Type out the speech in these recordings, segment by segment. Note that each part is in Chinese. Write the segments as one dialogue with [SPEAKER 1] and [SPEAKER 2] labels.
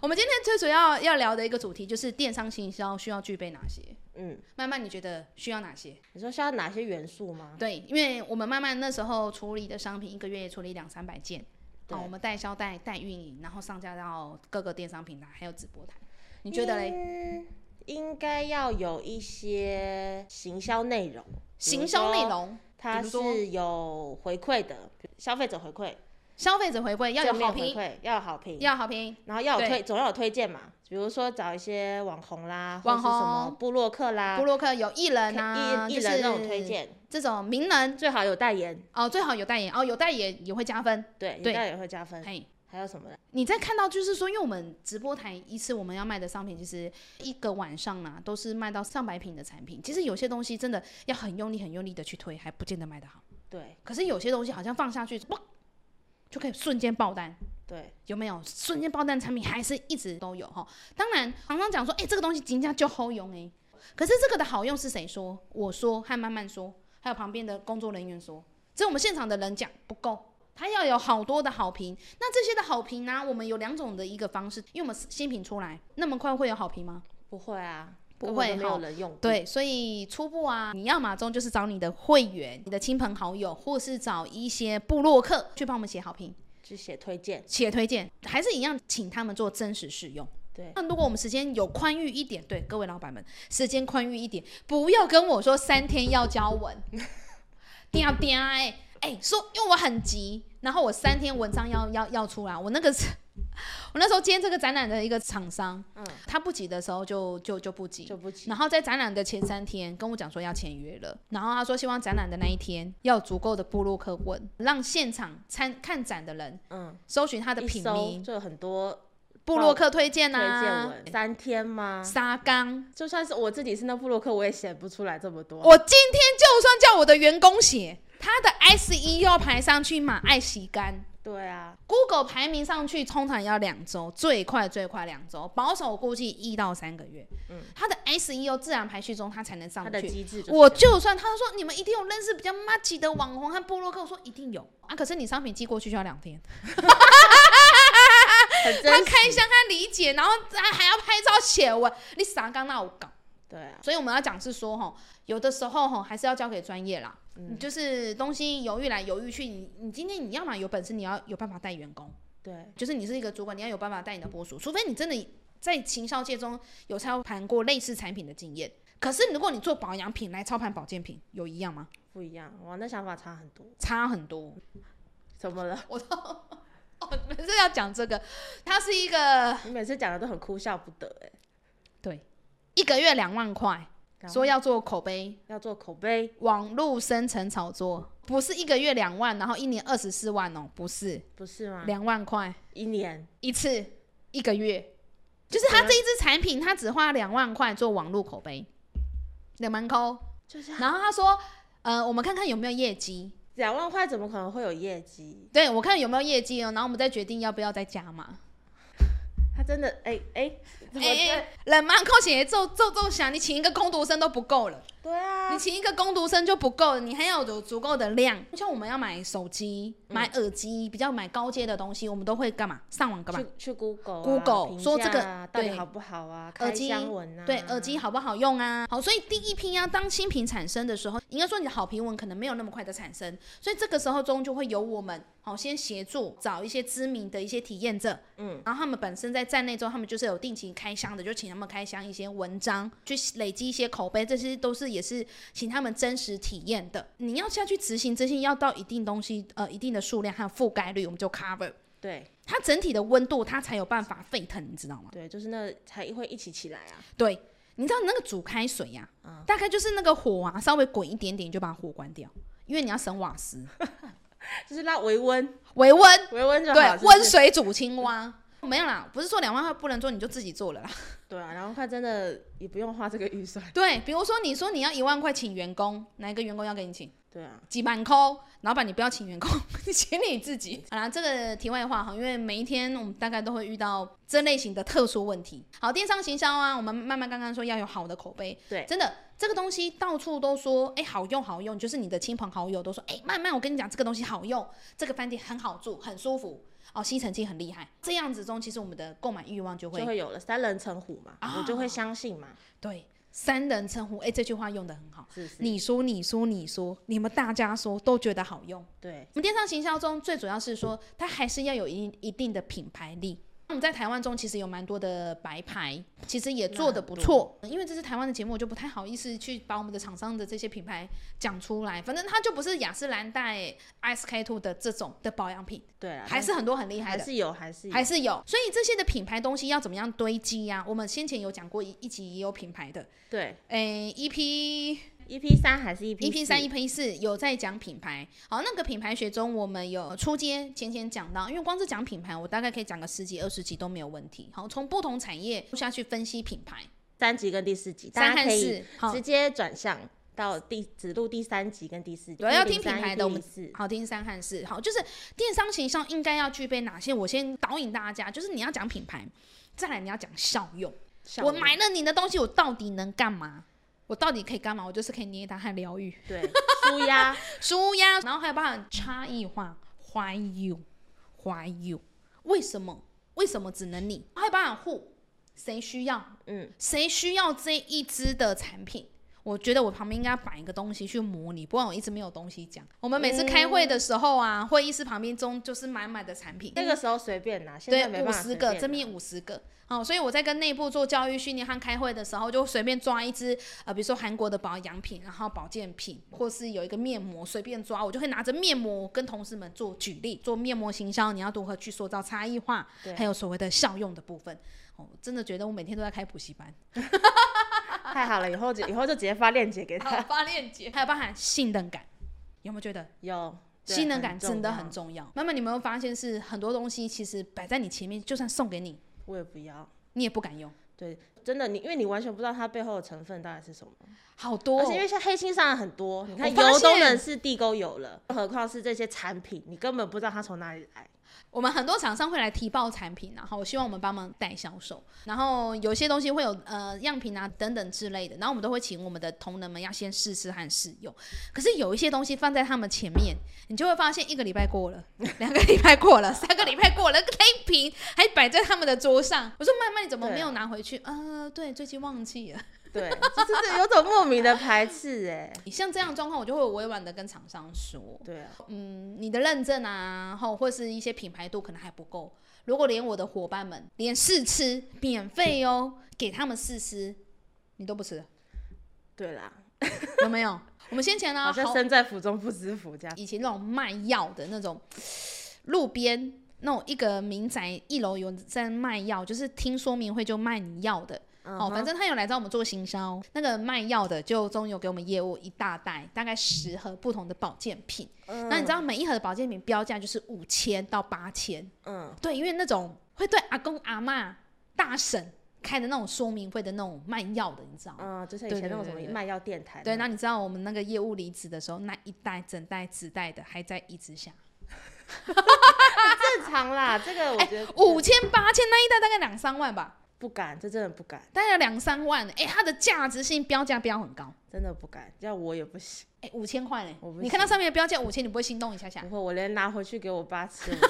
[SPEAKER 1] 我们今天最主要要聊的一个主题就是电商行销需要具备哪些？
[SPEAKER 2] 嗯，
[SPEAKER 1] 慢慢你觉得需要哪些？
[SPEAKER 2] 你说需要哪些元素吗？
[SPEAKER 1] 对，因为我们慢慢那时候处理的商品，一个月也处理两三百件。
[SPEAKER 2] 对
[SPEAKER 1] 好，我们代销代代运营，然后上架到各个电商平台，还有直播台。你觉得嘞？
[SPEAKER 2] 嗯，应该要有一些行销内容，
[SPEAKER 1] 行销内，容，
[SPEAKER 2] 它
[SPEAKER 1] 比如说
[SPEAKER 2] 是有回馈的，比如消费者回馈，
[SPEAKER 1] 消费者回馈要有
[SPEAKER 2] 正面
[SPEAKER 1] 好
[SPEAKER 2] 回
[SPEAKER 1] 评，
[SPEAKER 2] 馈，要有好评，
[SPEAKER 1] 要好评，
[SPEAKER 2] 然后要有
[SPEAKER 1] 对
[SPEAKER 2] 推，总要有推荐嘛，比如说找一些网红啦，
[SPEAKER 1] 网
[SPEAKER 2] 或是什么
[SPEAKER 1] 红
[SPEAKER 2] 部落客啦
[SPEAKER 1] 布，洛克有艺人啊，
[SPEAKER 2] 艺艺
[SPEAKER 1] 就是嗯
[SPEAKER 2] 人那种推，荐，
[SPEAKER 1] 这种名人
[SPEAKER 2] 最好有代言，
[SPEAKER 1] 哦，最好有代言哦，有代言也会加分。
[SPEAKER 2] 对，有
[SPEAKER 1] 对
[SPEAKER 2] 代言会加分。
[SPEAKER 1] 嘿，
[SPEAKER 2] 还有什么呢？
[SPEAKER 1] 你在看到就是说，因为我们直播台一次我们要卖的商品，其实一个晚上啊，都是卖到上百品的产品。其实有些东西真的要很用力、很用力的去推，还不见得卖得好。
[SPEAKER 2] 对
[SPEAKER 1] 可是有些东西好像放下去，哇，就可以瞬间爆单。
[SPEAKER 2] 对，
[SPEAKER 1] 有没有瞬间爆单产品还是一直都有哈？当然，常常讲说，哎、这个东西金价就好用哎、可是这个的好用是谁说？我说和慢慢说，还有旁边的工作人员说，只有我们现场的人讲不够。他要有好多的好评，那这些的好评呢、我们有两种的一个方式，因为我们新品出来那么快会有好评吗？
[SPEAKER 2] 不会啊，
[SPEAKER 1] 不
[SPEAKER 2] 根本
[SPEAKER 1] 会
[SPEAKER 2] 就没有
[SPEAKER 1] 哈
[SPEAKER 2] 人用。，
[SPEAKER 1] 对，所以初步啊，你要嘛中就是找你的会员、你的亲朋好友，或是找一些部落客去帮我们写好评、
[SPEAKER 2] 去写推荐，
[SPEAKER 1] 写推荐，还是一样，请他们做真实试用。
[SPEAKER 2] 对，
[SPEAKER 1] 那如果我们时间有宽裕一点，对各位老板们，时间宽裕一点，不要跟我说三天要交文， 嗲嗲哎哎说，因为我很急，然后我三天文章要要要出来，我那个是。 我那时候今天这个展览的一个厂商，
[SPEAKER 2] 嗯
[SPEAKER 1] 他不急的时候就就就不急，
[SPEAKER 2] 就不急。
[SPEAKER 1] 然后在展览的前三天跟我讲说要签约了，然后他说希望展览的那一天要有足够的布洛克文，让现场参看展的人
[SPEAKER 2] 嗯，
[SPEAKER 1] 搜寻他
[SPEAKER 2] 他
[SPEAKER 1] 的品名、
[SPEAKER 2] 就有很多
[SPEAKER 1] 布洛克推荐
[SPEAKER 2] 推荐
[SPEAKER 1] 啊、
[SPEAKER 2] 文三天吗？
[SPEAKER 1] 沙冈
[SPEAKER 2] 就算是我自己是那布洛克，我也写不出来这么多。
[SPEAKER 1] 我今天就算叫我的员工写，他的 SE 要排上去马爱洗干
[SPEAKER 2] 对啊，
[SPEAKER 1] Google 排名上去，通常要两周，最快最快两周，保守估计一到三个月。嗯，他的 SEO 自然排序中，他才能上
[SPEAKER 2] 它的
[SPEAKER 1] 去。
[SPEAKER 2] 机制就是
[SPEAKER 1] 我就算他说你们一定有认识比较 m a c 的网红和部落客，我说一定有啊。可是你商品寄过去就要两天，
[SPEAKER 2] 很
[SPEAKER 1] 他
[SPEAKER 2] 真实
[SPEAKER 1] 开箱他理解，然后他还要拍照写文，你傻刚那我搞。
[SPEAKER 2] 对啊，
[SPEAKER 1] 所以我们要讲是说，哈，有的时候哈还是要交给专业啦。你就是东西犹豫来犹豫去，你你今天你要嘛有本事，你要有办法带员工，
[SPEAKER 2] 对
[SPEAKER 1] 就是你是一个主管，你要有办法带你的部署，除非你真的在行销界中有操盘过类似产品的经验。可是如果你做保养品来操盘保健品，有一样吗？
[SPEAKER 2] 不一样。我那想法差很多。
[SPEAKER 1] 差很多。
[SPEAKER 2] 怎么了？
[SPEAKER 1] 哦，每次要讲这个，它是一个
[SPEAKER 2] 你每次讲的都很哭笑不得哎、
[SPEAKER 1] 对一个月两万块，
[SPEAKER 2] 然后
[SPEAKER 1] 说要做口碑，
[SPEAKER 2] 要做口碑，
[SPEAKER 1] 网络深层炒作，不是一个月两万，然后一年二十四万哦，不是
[SPEAKER 2] 不是吗？
[SPEAKER 1] 两万块
[SPEAKER 2] 一年
[SPEAKER 1] 一次一个月，就是他这一支产品，他只花两万块做网络口碑，两万块。哦
[SPEAKER 2] 就是
[SPEAKER 1] 然后他说，呃，我们看看有没有业绩，
[SPEAKER 2] 两万块，怎么可能会有业绩？
[SPEAKER 1] 对我看有没有业绩哦，然后我们再决定要不要再加嘛。
[SPEAKER 2] 他真的哎哎、怎么
[SPEAKER 1] 哎
[SPEAKER 2] 对、
[SPEAKER 1] 哎，两万块钱做做做想，你请一个工读生都不够了。
[SPEAKER 2] 对对啊
[SPEAKER 1] 你，请一个工读生就不够了，你还要有足够的量。像我们要买手机、买耳机，比较买高阶的东西，我们都会干嘛？上网干嘛
[SPEAKER 2] 去？去 Google 啊、
[SPEAKER 1] Google，
[SPEAKER 2] 评
[SPEAKER 1] 说这个
[SPEAKER 2] 价啊到底
[SPEAKER 1] 对
[SPEAKER 2] 好不好啊？
[SPEAKER 1] 耳
[SPEAKER 2] 开
[SPEAKER 1] 机
[SPEAKER 2] 箱文啊，
[SPEAKER 1] 对，耳机好不好用啊？好，所以第一批啊，当新品产生的时候，应该说你的好评文可能没有那么快的产生，所以这个时候中就会由我们好先协助找一些知名的一些体验者，
[SPEAKER 2] 嗯，
[SPEAKER 1] 然后他们本身在站内之后，他们就是有定期开箱的，就请他们开箱一些文章，去累积一些口碑，这些都是也是请他们真实体验的。你要下去执行这些，要到一定东西呃一定的数量还有覆盖率，我们就 cover。
[SPEAKER 2] 对
[SPEAKER 1] 它整体的温度，它才有办法沸腾，你知道吗？
[SPEAKER 2] 对，就是那才会一起起来啊。
[SPEAKER 1] 对，你知道那个煮开水呀、
[SPEAKER 2] 嗯
[SPEAKER 1] 大概就是那个火啊，稍微滚一点点，你就把火关掉，因为你要省瓦斯，
[SPEAKER 2] 就是拉维温，
[SPEAKER 1] 微温，
[SPEAKER 2] 维温就好
[SPEAKER 1] 对
[SPEAKER 2] 了，，是不是
[SPEAKER 1] 温水煮青蛙。没有啦，不是说两万块不能做，你就自己做了啦。
[SPEAKER 2] 对啊，然后看真的也不用花这个预算，
[SPEAKER 1] 对，比如说你说你要一万块请员工，哪一个员工要给你请？
[SPEAKER 2] 对啊，
[SPEAKER 1] 几万抠，老板你不要请员工， 你请你自己。好啦，这个题外话哈，因为每一天我们大概都会遇到这类型的特殊问题。好，电商行销啊，我们慢慢刚刚说要有好的口碑，
[SPEAKER 2] 对
[SPEAKER 1] 真的这个东西到处都说，哎、好用好用，就是你的亲朋好友都说，哎、慢慢我跟你讲，这个东西好用，这个饭店很好住，很舒服，哦，吸尘器很厉害。这样子中，其实我们的购买欲望就会
[SPEAKER 2] 就会有了三人成虎嘛，
[SPEAKER 1] 啊
[SPEAKER 2] 我就会相信嘛，
[SPEAKER 1] 对三人称呼，哎、这句话用的很好。
[SPEAKER 2] 是是，
[SPEAKER 1] 你说，你说，你说，你们大家说都觉得好用。
[SPEAKER 2] 对，
[SPEAKER 1] 我们电商行销中最主要是说，它还是要有一一定的品牌力。那我们在台湾中其实有蛮多的白牌，其实也做的不错。因为这是台湾的节目，我就不太好意思去把我们的厂商的这些品牌讲出来。反正它就不是雅诗兰黛、SK two 的这种的保养品，
[SPEAKER 2] 对啊，
[SPEAKER 1] 还是很多很厉害
[SPEAKER 2] 还
[SPEAKER 1] 的。
[SPEAKER 2] 是有，还是有，
[SPEAKER 1] 还是有，所以这些的品牌东西要怎么样堆积呀、我们先前有讲过一一集也有品牌的，
[SPEAKER 2] 对
[SPEAKER 1] 诶，EP，E
[SPEAKER 2] ，EP 三还是 EP
[SPEAKER 1] EP 三、
[SPEAKER 2] 四
[SPEAKER 1] EP 四有在讲品牌，好，那个品牌学中我们有初阶、浅浅讲到，因为光是讲品牌，我大概可以讲个十几、二十集都没有问题。好，从不同产业下去分析品牌，
[SPEAKER 2] 三集跟第四集，
[SPEAKER 1] 三
[SPEAKER 2] 大家
[SPEAKER 1] 和
[SPEAKER 2] 可以
[SPEAKER 1] 四，好
[SPEAKER 2] 直，接转向到第只录第三集跟第四集，
[SPEAKER 1] 对要
[SPEAKER 2] 103
[SPEAKER 1] 听品牌的我们
[SPEAKER 2] 104
[SPEAKER 1] 好听三和四，好，就是电商形象应该要具备哪些？我先导引大家，就是你要讲品牌，再来你要讲效用。
[SPEAKER 2] 效
[SPEAKER 1] 我
[SPEAKER 2] 率
[SPEAKER 1] 买了你的东西，我到底能干嘛？我到底可以干嘛？我就是可以捏它和疗愈、
[SPEAKER 2] 对舒压，
[SPEAKER 1] 舒压，然后还有包含差异化，Why you？Why you？为什么？为什么只能你？还有包含 who？谁需要？
[SPEAKER 2] 嗯，
[SPEAKER 1] 谁需要这一支的产品？我觉得我旁边应该摆一个东西去模拟，不然我一直没有东西讲。我们每次开会的时候啊，会议室旁边中就是满满的产品，
[SPEAKER 2] 那个时候随便拿，现
[SPEAKER 1] 对
[SPEAKER 2] 在，没
[SPEAKER 1] 五
[SPEAKER 2] 办法
[SPEAKER 1] 十
[SPEAKER 2] 随
[SPEAKER 1] 个，
[SPEAKER 2] 便
[SPEAKER 1] 这
[SPEAKER 2] 拿，
[SPEAKER 1] 边五十个。哦，所以我在跟内部做教育训练和开会的时候，就随便抓一支，呃，比如说韩国的保养品，然后保健品，或是有一个面膜，随便抓，我就会拿着面膜跟同事们做举例，做面膜行销，你要如何去塑造差异化，
[SPEAKER 2] 对
[SPEAKER 1] 还有所谓的效用的部分。哦，真的觉得我每天都在开补习班，
[SPEAKER 2] 太好了，以后就以后就直接发链接给
[SPEAKER 1] 好
[SPEAKER 2] 他，
[SPEAKER 1] 发链接， 还有包含信任感，有没有觉得
[SPEAKER 2] 有对
[SPEAKER 1] 信任感真的
[SPEAKER 2] 重要
[SPEAKER 1] 很重要？慢慢你有没有发现是很多东西其实摆在你前面，就算送给你，
[SPEAKER 2] 我也不要。
[SPEAKER 1] 你也不敢用，
[SPEAKER 2] 对，真的，你因为你完全不知道它背后的成分到底是什么，
[SPEAKER 1] 好多、
[SPEAKER 2] 而
[SPEAKER 1] 哦
[SPEAKER 2] 且因。为像黑心商人很多，你看
[SPEAKER 1] 我发
[SPEAKER 2] 油都
[SPEAKER 1] 现
[SPEAKER 2] 能是地沟油了，何况是这些产品，你根本不知道它从哪里来。
[SPEAKER 1] 我们很多厂商会来提报产品、啊，然后我希望我们帮忙代销售，然后有些东西会有呃样品啊等等之类的，然后我们都会请我们的同仁们要先试吃和试用。可是有一些东西放在他们前面，你就会发现一个礼拜过了， 两个礼拜过了，三个礼拜过了，黑瓶还摆在他们的桌上。我说慢慢你怎么没有拿回去？呃，对，最近忘记了。
[SPEAKER 2] 对，就是有种莫名的排斥哎、
[SPEAKER 1] 像这样的状况，我就会委婉的跟厂商说，
[SPEAKER 2] 对啊，
[SPEAKER 1] 嗯，你的认证啊，后或是一些品牌度可能还不够。如果连我的伙伴们连试吃免费哦，给他们试吃，你都不吃，
[SPEAKER 2] 对啦，
[SPEAKER 1] 有没有？我们先前呢、
[SPEAKER 2] 好像
[SPEAKER 1] 好
[SPEAKER 2] 身在福中不知福这样。
[SPEAKER 1] 以前那种卖药的那种路边那种一个民宅一楼有在卖药，就是听说明会就卖你药的。哦，反
[SPEAKER 2] 正
[SPEAKER 1] 正他有来找我们做行销，那个卖药的就终于有给我们业务一大袋，大概十盒不同的保健品。
[SPEAKER 2] 嗯
[SPEAKER 1] 那你知道每一盒的保健品标价就是五千到八千，
[SPEAKER 2] 嗯，
[SPEAKER 1] 对，因为那种会对阿公阿嬷大婶开的那种说明会的那种卖药的，你知道吗？
[SPEAKER 2] 嗯，就像以
[SPEAKER 1] 对
[SPEAKER 2] 前那种
[SPEAKER 1] 对
[SPEAKER 2] 什么
[SPEAKER 1] 对对
[SPEAKER 2] 卖药电台，
[SPEAKER 1] 对，那你知道我们那个业务离职的时候，那一袋整袋纸袋的还在椅子下，
[SPEAKER 2] 正常啦，这个我
[SPEAKER 1] 哎
[SPEAKER 2] 觉得、
[SPEAKER 1] 五千八千那一袋大概两三万吧，
[SPEAKER 2] 不敢，这真的不敢，
[SPEAKER 1] 大概两三万，哎、它的价值性标价标很高，
[SPEAKER 2] 真的不敢，要我也不行。
[SPEAKER 1] 哎、五千块嘞
[SPEAKER 2] 我不，
[SPEAKER 1] 你看到上面的标价五千，你不会心动一下下
[SPEAKER 2] 不？会，我连拿回去给我爸吃，我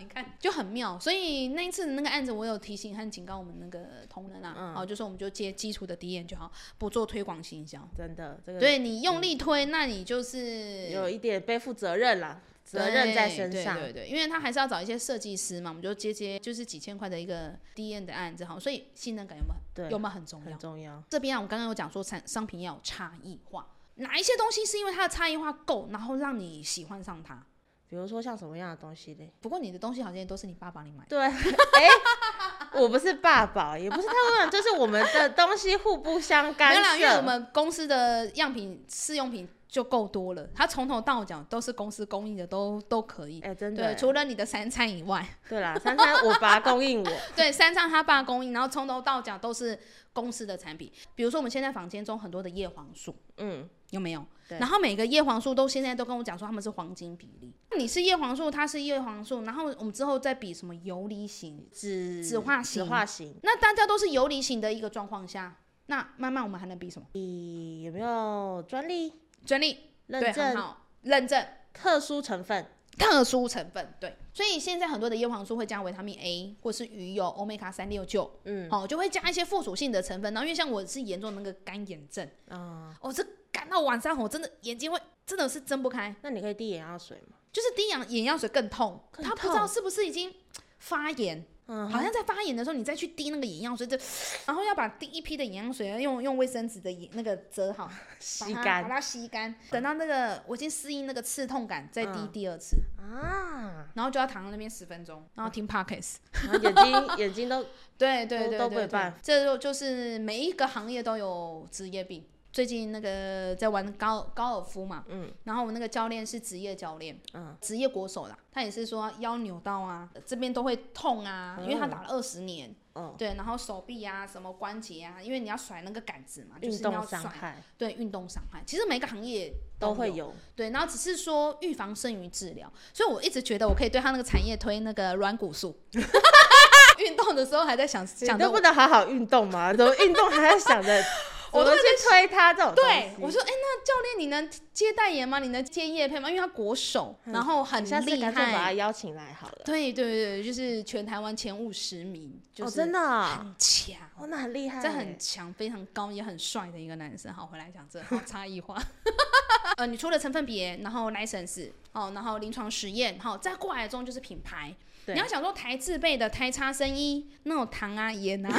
[SPEAKER 1] 你看就很妙，所以那一次那个案子，我有提醒和警告我们那个同仁啊，
[SPEAKER 2] 嗯
[SPEAKER 1] 哦，就说我们就接基础的敌人就好，不做推广行销。
[SPEAKER 2] 真的这个
[SPEAKER 1] 对你用力推，那你就是
[SPEAKER 2] 有一点背负责任啦，嗯责任在身上。
[SPEAKER 1] 对对对对，因为他还是要找一些设计师嘛，我们就接接就是几千块的一个 D N 的案子哈，所以信任感有没有
[SPEAKER 2] 对
[SPEAKER 1] 有没有很重要
[SPEAKER 2] 很？重要。
[SPEAKER 1] 这边啊，我刚刚有讲说产商品要有差异化，哪一些东西是因为它的差异化够，然后让你喜欢上它？
[SPEAKER 2] 比如说像什么样的东西嘞？
[SPEAKER 1] 不过你的东西好像也都是你爸帮你买的，
[SPEAKER 2] 对，哎、 我不是爸爸，也不是他们，就是我们的东西互不相干
[SPEAKER 1] 没有啦，因为我
[SPEAKER 2] 涉。
[SPEAKER 1] 们公司的样品试用品就够多了，它从头到脚都是公司供应的，都都可以。
[SPEAKER 2] 哎、真的
[SPEAKER 1] 对，
[SPEAKER 2] 欸，
[SPEAKER 1] 除了你的三餐以 外，
[SPEAKER 2] 对啦，珊珊我爸供应 我，
[SPEAKER 1] 对，三餐他爸供应，然后从头到脚都是公司的产品。比如说我们现在房间中很多的叶黄素，
[SPEAKER 2] 嗯，
[SPEAKER 1] 有没有？
[SPEAKER 2] 对
[SPEAKER 1] 然后每个叶黄素都现在都跟我讲说他们是黄金比例，你是叶黄素，它是叶黄素，然后我们之后再比什么游离型。
[SPEAKER 2] 纸
[SPEAKER 1] 酯化
[SPEAKER 2] 纸
[SPEAKER 1] 型
[SPEAKER 2] 化型，
[SPEAKER 1] 那大家都是游离型的一个状况下，那慢慢我们还能比什么？
[SPEAKER 2] 咦有没有专利
[SPEAKER 1] 专利对，
[SPEAKER 2] 认
[SPEAKER 1] 很
[SPEAKER 2] 证？
[SPEAKER 1] 好，认证。
[SPEAKER 2] 特殊成分，
[SPEAKER 1] 特殊成分，对，所以现在很多的叶黄素会加维他命 A 或是鱼油、欧米伽三六九，
[SPEAKER 2] 嗯，
[SPEAKER 1] 哦，就会加一些附属性的成分。然后因为像我是严重那个干眼症，
[SPEAKER 2] 啊、
[SPEAKER 1] 哦，这干到晚上我真的眼睛会真的是睁不开，
[SPEAKER 2] 那你可以滴眼药水吗？
[SPEAKER 1] 就是滴眼眼药水更痛，
[SPEAKER 2] 更
[SPEAKER 1] 他不知道是不是已经发炎，
[SPEAKER 2] 嗯，
[SPEAKER 1] 好像在发炎的时候你再去滴那个眼药水，这然后要把第一批的眼药水用用卫生纸的眼那个折好，
[SPEAKER 2] 吸
[SPEAKER 1] 把它把
[SPEAKER 2] 干
[SPEAKER 1] 它吸干，等到那个我已经适应那个刺痛感，再滴
[SPEAKER 2] 嗯
[SPEAKER 1] 第二次。
[SPEAKER 2] 啊，
[SPEAKER 1] 然后就要躺在那边十分钟，然后听 podcast。
[SPEAKER 2] 然后眼睛 眼睛都
[SPEAKER 1] 对对
[SPEAKER 2] 都
[SPEAKER 1] 对对
[SPEAKER 2] 都没
[SPEAKER 1] 对
[SPEAKER 2] 办法
[SPEAKER 1] 这就就是每一个行业都有职业病。最近那个在玩高高尔夫嘛，
[SPEAKER 2] 嗯
[SPEAKER 1] 然后我那个教练是职业教练，
[SPEAKER 2] 嗯，
[SPEAKER 1] 职业国手啦，他也是说腰扭到啊，这边都会痛啊，因为他打了二十年，
[SPEAKER 2] 嗯哦，
[SPEAKER 1] 对，然后手臂啊什么关节啊，因为你要甩那个杆子嘛，就
[SPEAKER 2] 运
[SPEAKER 1] 是你
[SPEAKER 2] 动
[SPEAKER 1] 要
[SPEAKER 2] 伤
[SPEAKER 1] 甩，
[SPEAKER 2] 害
[SPEAKER 1] 对，运动伤害，其实每个行业
[SPEAKER 2] 都会
[SPEAKER 1] 有。
[SPEAKER 2] 有，
[SPEAKER 1] 对，然后只是说预防胜于治疗，所以我一直觉得我可以对他那个产业推那个软骨素。 运动的时候还在想想
[SPEAKER 2] 你
[SPEAKER 1] 着
[SPEAKER 2] 都
[SPEAKER 1] 我
[SPEAKER 2] 不，能好好运动吗？怎么运动还要想 着
[SPEAKER 1] 我
[SPEAKER 2] 我
[SPEAKER 1] 都
[SPEAKER 2] 们去推他这种东
[SPEAKER 1] 对
[SPEAKER 2] 西？
[SPEAKER 1] 我说，哎、那教练你能接代言吗？你能接业配吗？因为他国手，然后很
[SPEAKER 2] 嗯你下次
[SPEAKER 1] 厉
[SPEAKER 2] 干脆把他
[SPEAKER 1] 害。
[SPEAKER 2] 邀请来好了。
[SPEAKER 1] 对对对，就是全台湾前五十名，就
[SPEAKER 2] 哦，
[SPEAKER 1] 是
[SPEAKER 2] 真的啊、
[SPEAKER 1] 很强，
[SPEAKER 2] 哦，那很厉害欸，
[SPEAKER 1] 这很强，非常高也很帅的一个男生。好，回来讲 这好差异化。 呃，你除了成分别，然后 license 哦，然后临床实验，好、再过来中就是品牌。
[SPEAKER 2] 对
[SPEAKER 1] 你要想说台制备的台差生衣那种糖啊盐 啊，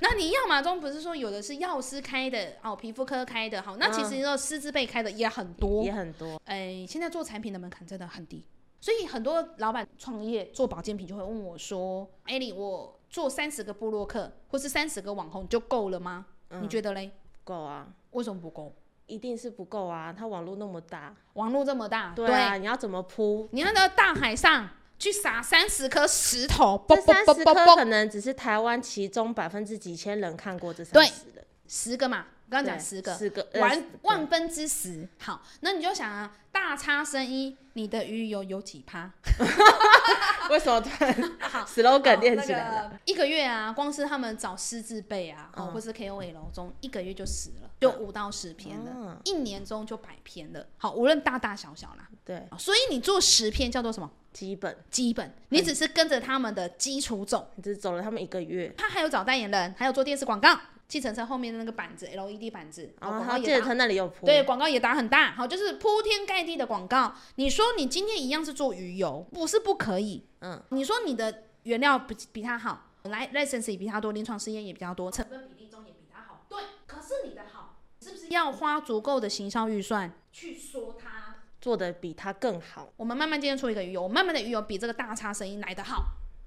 [SPEAKER 1] 那你要嘛中不是说有的是药师开的哦，皮肤科开的好，那
[SPEAKER 2] 嗯
[SPEAKER 1] 其实你说师资辈开的也很多。
[SPEAKER 2] 也很多，
[SPEAKER 1] 哎，现在做产品的门槛真的很低，所以很多老板创业做保健品就会问我说：“艾莉，我做三十个部落客或是三十个网红就够了吗？
[SPEAKER 2] 嗯
[SPEAKER 1] 你觉得嘞？
[SPEAKER 2] 不够啊，
[SPEAKER 1] 为什么不够？
[SPEAKER 2] 一定是不够啊，他网络那么大，
[SPEAKER 1] 网络这么大，
[SPEAKER 2] 对啊，你要怎么铺？
[SPEAKER 1] 你看那个大海上去撒三十颗石头，
[SPEAKER 2] 这
[SPEAKER 1] 啵啵
[SPEAKER 2] 三
[SPEAKER 1] 啵
[SPEAKER 2] 十
[SPEAKER 1] 啵
[SPEAKER 2] 颗
[SPEAKER 1] 啵，
[SPEAKER 2] 可能只是台湾其中百分之几千人看过这
[SPEAKER 1] 对
[SPEAKER 2] 三十人，
[SPEAKER 1] 十个嘛，我刚刚讲
[SPEAKER 2] 对
[SPEAKER 1] 十个，
[SPEAKER 2] 十个呃
[SPEAKER 1] 万
[SPEAKER 2] 十
[SPEAKER 1] 万分之十。好，那你就想啊，大差生一，你的鱼油有几趴？
[SPEAKER 2] 为什么突然
[SPEAKER 1] 好
[SPEAKER 2] slogan
[SPEAKER 1] 哦
[SPEAKER 2] 练起来了？
[SPEAKER 1] 那个一个月啊，光是他们找师字辈啊，哦，
[SPEAKER 2] 嗯
[SPEAKER 1] 或是 KOL 中，一个月就十了，就五到十篇了
[SPEAKER 2] 嗯，
[SPEAKER 1] 一年中就百篇了。好，无论大大小小啦，
[SPEAKER 2] 对，
[SPEAKER 1] 哦所以你做十篇叫做什么？
[SPEAKER 2] 基本
[SPEAKER 1] 基本，
[SPEAKER 2] 嗯
[SPEAKER 1] 你只是跟着他们的基础走。
[SPEAKER 2] 你只走了他们一个月，
[SPEAKER 1] 他还有找代言人，还有做电视广告，计程车后面的那个板子 LED 板子，哦
[SPEAKER 2] 然后
[SPEAKER 1] 广
[SPEAKER 2] 他
[SPEAKER 1] 告
[SPEAKER 2] 记
[SPEAKER 1] 也
[SPEAKER 2] 得
[SPEAKER 1] 打
[SPEAKER 2] 他那里有铺，
[SPEAKER 1] 对，广告也打很大，好，就是铺天盖地的广告。你说你今天一样是做鱼油，不是不可以，
[SPEAKER 2] 嗯，
[SPEAKER 1] 你说你的原料比比他好，来 license 也比他多，临床试验也比较多，成分比例中也比他好，对，可是你的好是不是要花足够的行销预算去说它？
[SPEAKER 2] 做的比他更好，
[SPEAKER 1] 我们慢慢今天出一个鱼油，我慢慢的鱼油比这个大叉生意来的好，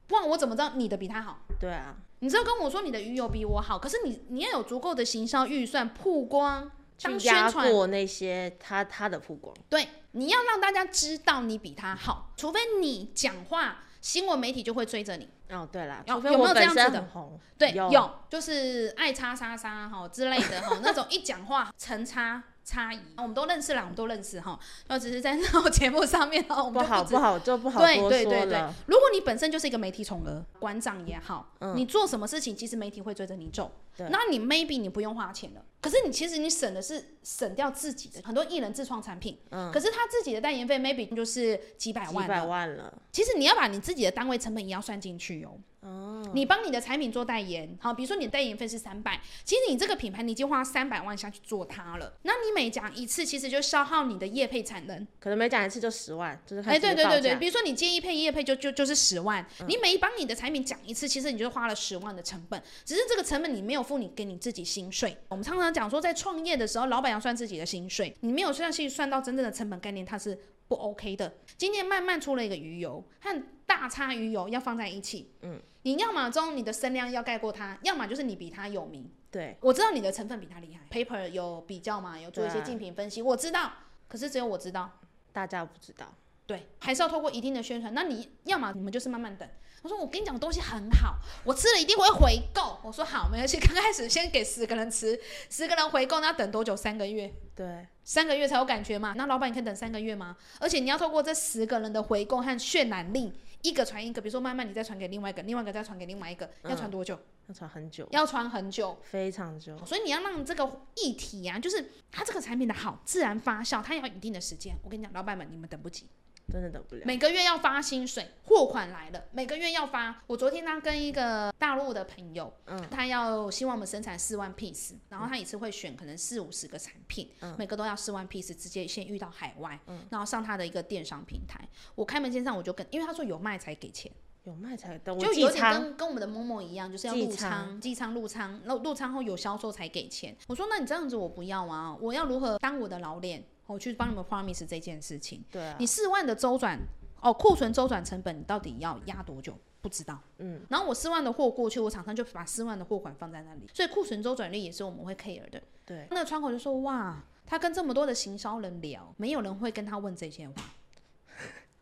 [SPEAKER 1] 不然我怎么知道你的比他好？
[SPEAKER 2] 对啊，
[SPEAKER 1] 你只有跟我说你的鱼油比我好，可是你你要有足够的行销预算曝光，
[SPEAKER 2] 去
[SPEAKER 1] 当宣
[SPEAKER 2] 压
[SPEAKER 1] 传
[SPEAKER 2] 过那些他他的曝光，
[SPEAKER 1] 对，你要让大家知道你比他好，除非你讲话，新闻媒体就会追着你。
[SPEAKER 2] 哦，对啦，
[SPEAKER 1] 有
[SPEAKER 2] 除非
[SPEAKER 1] 有没
[SPEAKER 2] 我
[SPEAKER 1] 有这
[SPEAKER 2] 本
[SPEAKER 1] 样子
[SPEAKER 2] 身
[SPEAKER 1] 的
[SPEAKER 2] 很红，
[SPEAKER 1] 对，
[SPEAKER 2] 有
[SPEAKER 1] 就是爱叉叉叉哈之类的哈，那种一讲话成叉差异。我们都认识啦，我们都认识哈。那只是在那种节目上面，然后我
[SPEAKER 2] 不
[SPEAKER 1] 们就
[SPEAKER 2] 好
[SPEAKER 1] 不知
[SPEAKER 2] 不好就不好
[SPEAKER 1] 对
[SPEAKER 2] 多
[SPEAKER 1] 对
[SPEAKER 2] 说
[SPEAKER 1] 对对
[SPEAKER 2] 了。，
[SPEAKER 1] 如果你本身就是一个媒体宠儿，馆长也好，
[SPEAKER 2] 嗯
[SPEAKER 1] 你做什么事情，其实媒体会追着你走。
[SPEAKER 2] 对
[SPEAKER 1] 那你 maybe 你不用花钱了，可是你其实你省的是省掉自己的很多艺人自创产品，
[SPEAKER 2] 嗯
[SPEAKER 1] 可是他自己的代言费 maybe 就是几百万
[SPEAKER 2] 几
[SPEAKER 1] 了
[SPEAKER 2] 百万了，
[SPEAKER 1] 其实你要把你自己的单位成本也要算进去哦。
[SPEAKER 2] 哦，
[SPEAKER 1] 你帮你的产品做代言，好，比如说你的代言费是三百，其实你这个品牌你已经花三百万下去做它了，那你每讲一次，其实就消耗你的业配产能。
[SPEAKER 2] 可能每讲一次就十万，就是看
[SPEAKER 1] 哎，
[SPEAKER 2] 自己
[SPEAKER 1] 对
[SPEAKER 2] 的
[SPEAKER 1] 对
[SPEAKER 2] 报
[SPEAKER 1] 对对，
[SPEAKER 2] 价嗯
[SPEAKER 1] 比如说你接一配一配就就就是十万，你每帮你的产品讲一次，其实你就花了十万的成本，只是这个成本你没有付你给你自己薪水。我们常常讲说，在创业的时候，老板要算自己的薪水，你没有算去算到真正的成本概念，它是不 OK 的。今天慢慢出了一个鱼油和大叉鱼油要放在一起，嗯，你要么中你的声量要盖过它，要么就是你比它有名。
[SPEAKER 2] 对，
[SPEAKER 1] 我知道你的成分比它厉害，paper 有比较嘛，有做一些
[SPEAKER 2] 对啊
[SPEAKER 1] 竞品分析，我知道，可是只有我知道。
[SPEAKER 2] 大家不知道，
[SPEAKER 1] 对，还是要透过一定的宣传。那你要么你们就是慢慢等。我说我跟你讲，东西很好，我吃了一定会回购。我说好，没关系。刚开始先给十个人吃，十个人回购，那要等多久？三个月，
[SPEAKER 2] 对，
[SPEAKER 1] 三个月才有感觉嘛。那老板你可以等三个月吗？而且你要透过这十个人的回购和渲染力，一个传一个，比如说慢慢你再传给另外一个，另外一个再传给另外一个，要传多久？
[SPEAKER 2] 要传很久，
[SPEAKER 1] 要传很久。
[SPEAKER 2] 非常久，
[SPEAKER 1] 所以你要让这个议题啊，就是它这个产品的好自然发酵，它要一定的时间。我跟你讲，老板们你们等不及。
[SPEAKER 2] 真的等不了。
[SPEAKER 1] 每个月要发薪水，货款来了，每个月要发。我昨天他跟一个大陆的朋友，
[SPEAKER 2] 嗯，
[SPEAKER 1] 他要希望我们生产四万 piece，然后他一次会选可能四五十个产品，
[SPEAKER 2] 嗯
[SPEAKER 1] 每个都要四万 piece，直接先运到海外，然后上他的一个电商平台。我开门见山我就跟，因为他说有卖才给钱，
[SPEAKER 2] 有卖才等我
[SPEAKER 1] 就
[SPEAKER 2] 寄
[SPEAKER 1] 有点
[SPEAKER 2] 仓，
[SPEAKER 1] 跟跟我们的某某一样，就是要
[SPEAKER 2] 寄
[SPEAKER 1] 入
[SPEAKER 2] 仓
[SPEAKER 1] 仓、寄仓、入仓，然后入仓后有销售才给钱。我说那你这样子我不要啊，我要如何当我的老脸，我去帮你们 promise 这件事情。
[SPEAKER 2] 对啊
[SPEAKER 1] 你，四万的周转哦，库存周转成本你到底要压多久？不知道。
[SPEAKER 2] 嗯，
[SPEAKER 1] 然后我四万的货过去，我厂商就把四万的货款放在那里，所以库存周转率也是我们会 care 的。
[SPEAKER 2] 对，
[SPEAKER 1] 那个窗口就说：“哇，他跟这么多的行销人聊，没有人会跟他问这些话。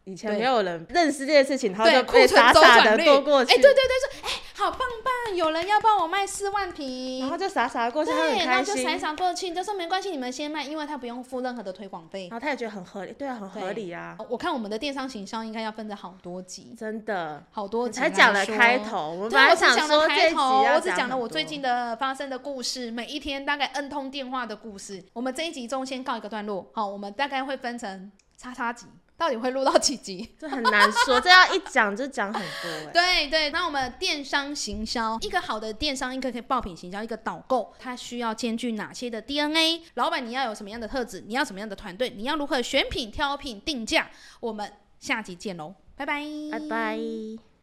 [SPEAKER 2] 以前
[SPEAKER 1] 对
[SPEAKER 2] 没有人认识这件事情，然后
[SPEAKER 1] 对，
[SPEAKER 2] 就
[SPEAKER 1] 库
[SPEAKER 2] 被
[SPEAKER 1] 存
[SPEAKER 2] 傻
[SPEAKER 1] 周
[SPEAKER 2] 傻
[SPEAKER 1] 转率，
[SPEAKER 2] 的过过去，
[SPEAKER 1] 哎，对对对，说哎，好棒棒，有人要帮我卖四万瓶
[SPEAKER 2] 然，后就傻傻地过去，他很
[SPEAKER 1] 对，然
[SPEAKER 2] 开
[SPEAKER 1] 后就
[SPEAKER 2] 心，
[SPEAKER 1] 闪闪过去，你就说没关系，你们先卖，因为他不用付任何的推广费
[SPEAKER 2] 然。后他也觉得很合理，对啊，很合理啊，
[SPEAKER 1] 我看我们的电商行销应该要分着好多集，
[SPEAKER 2] 真的。
[SPEAKER 1] 好多集
[SPEAKER 2] 才讲
[SPEAKER 1] 来
[SPEAKER 2] 了
[SPEAKER 1] 说
[SPEAKER 2] 开。头，我们
[SPEAKER 1] 对啊
[SPEAKER 2] 本，来
[SPEAKER 1] 我只讲了
[SPEAKER 2] 说这
[SPEAKER 1] 开
[SPEAKER 2] 一集
[SPEAKER 1] 头，
[SPEAKER 2] 要
[SPEAKER 1] 我只讲
[SPEAKER 2] 讲
[SPEAKER 1] 了
[SPEAKER 2] 很
[SPEAKER 1] 我最
[SPEAKER 2] 多
[SPEAKER 1] 近的发生的故事，每一天大概 N 通电话的故事。我们这一集中先告一个段落，好，我们大概会分成叉叉集，到底会录到几集？
[SPEAKER 2] 这很难说，这要一讲就讲很多哎。
[SPEAKER 1] 对对，那我们电商行销，一个好的电商，一个可以爆品行销，一个导购，它需要兼具哪些的 DNA？老板你要有什么样的特质？你要什么样的团队？你要如何选品、挑品、定价？我们下集见喽，拜拜，
[SPEAKER 2] 哎拜拜。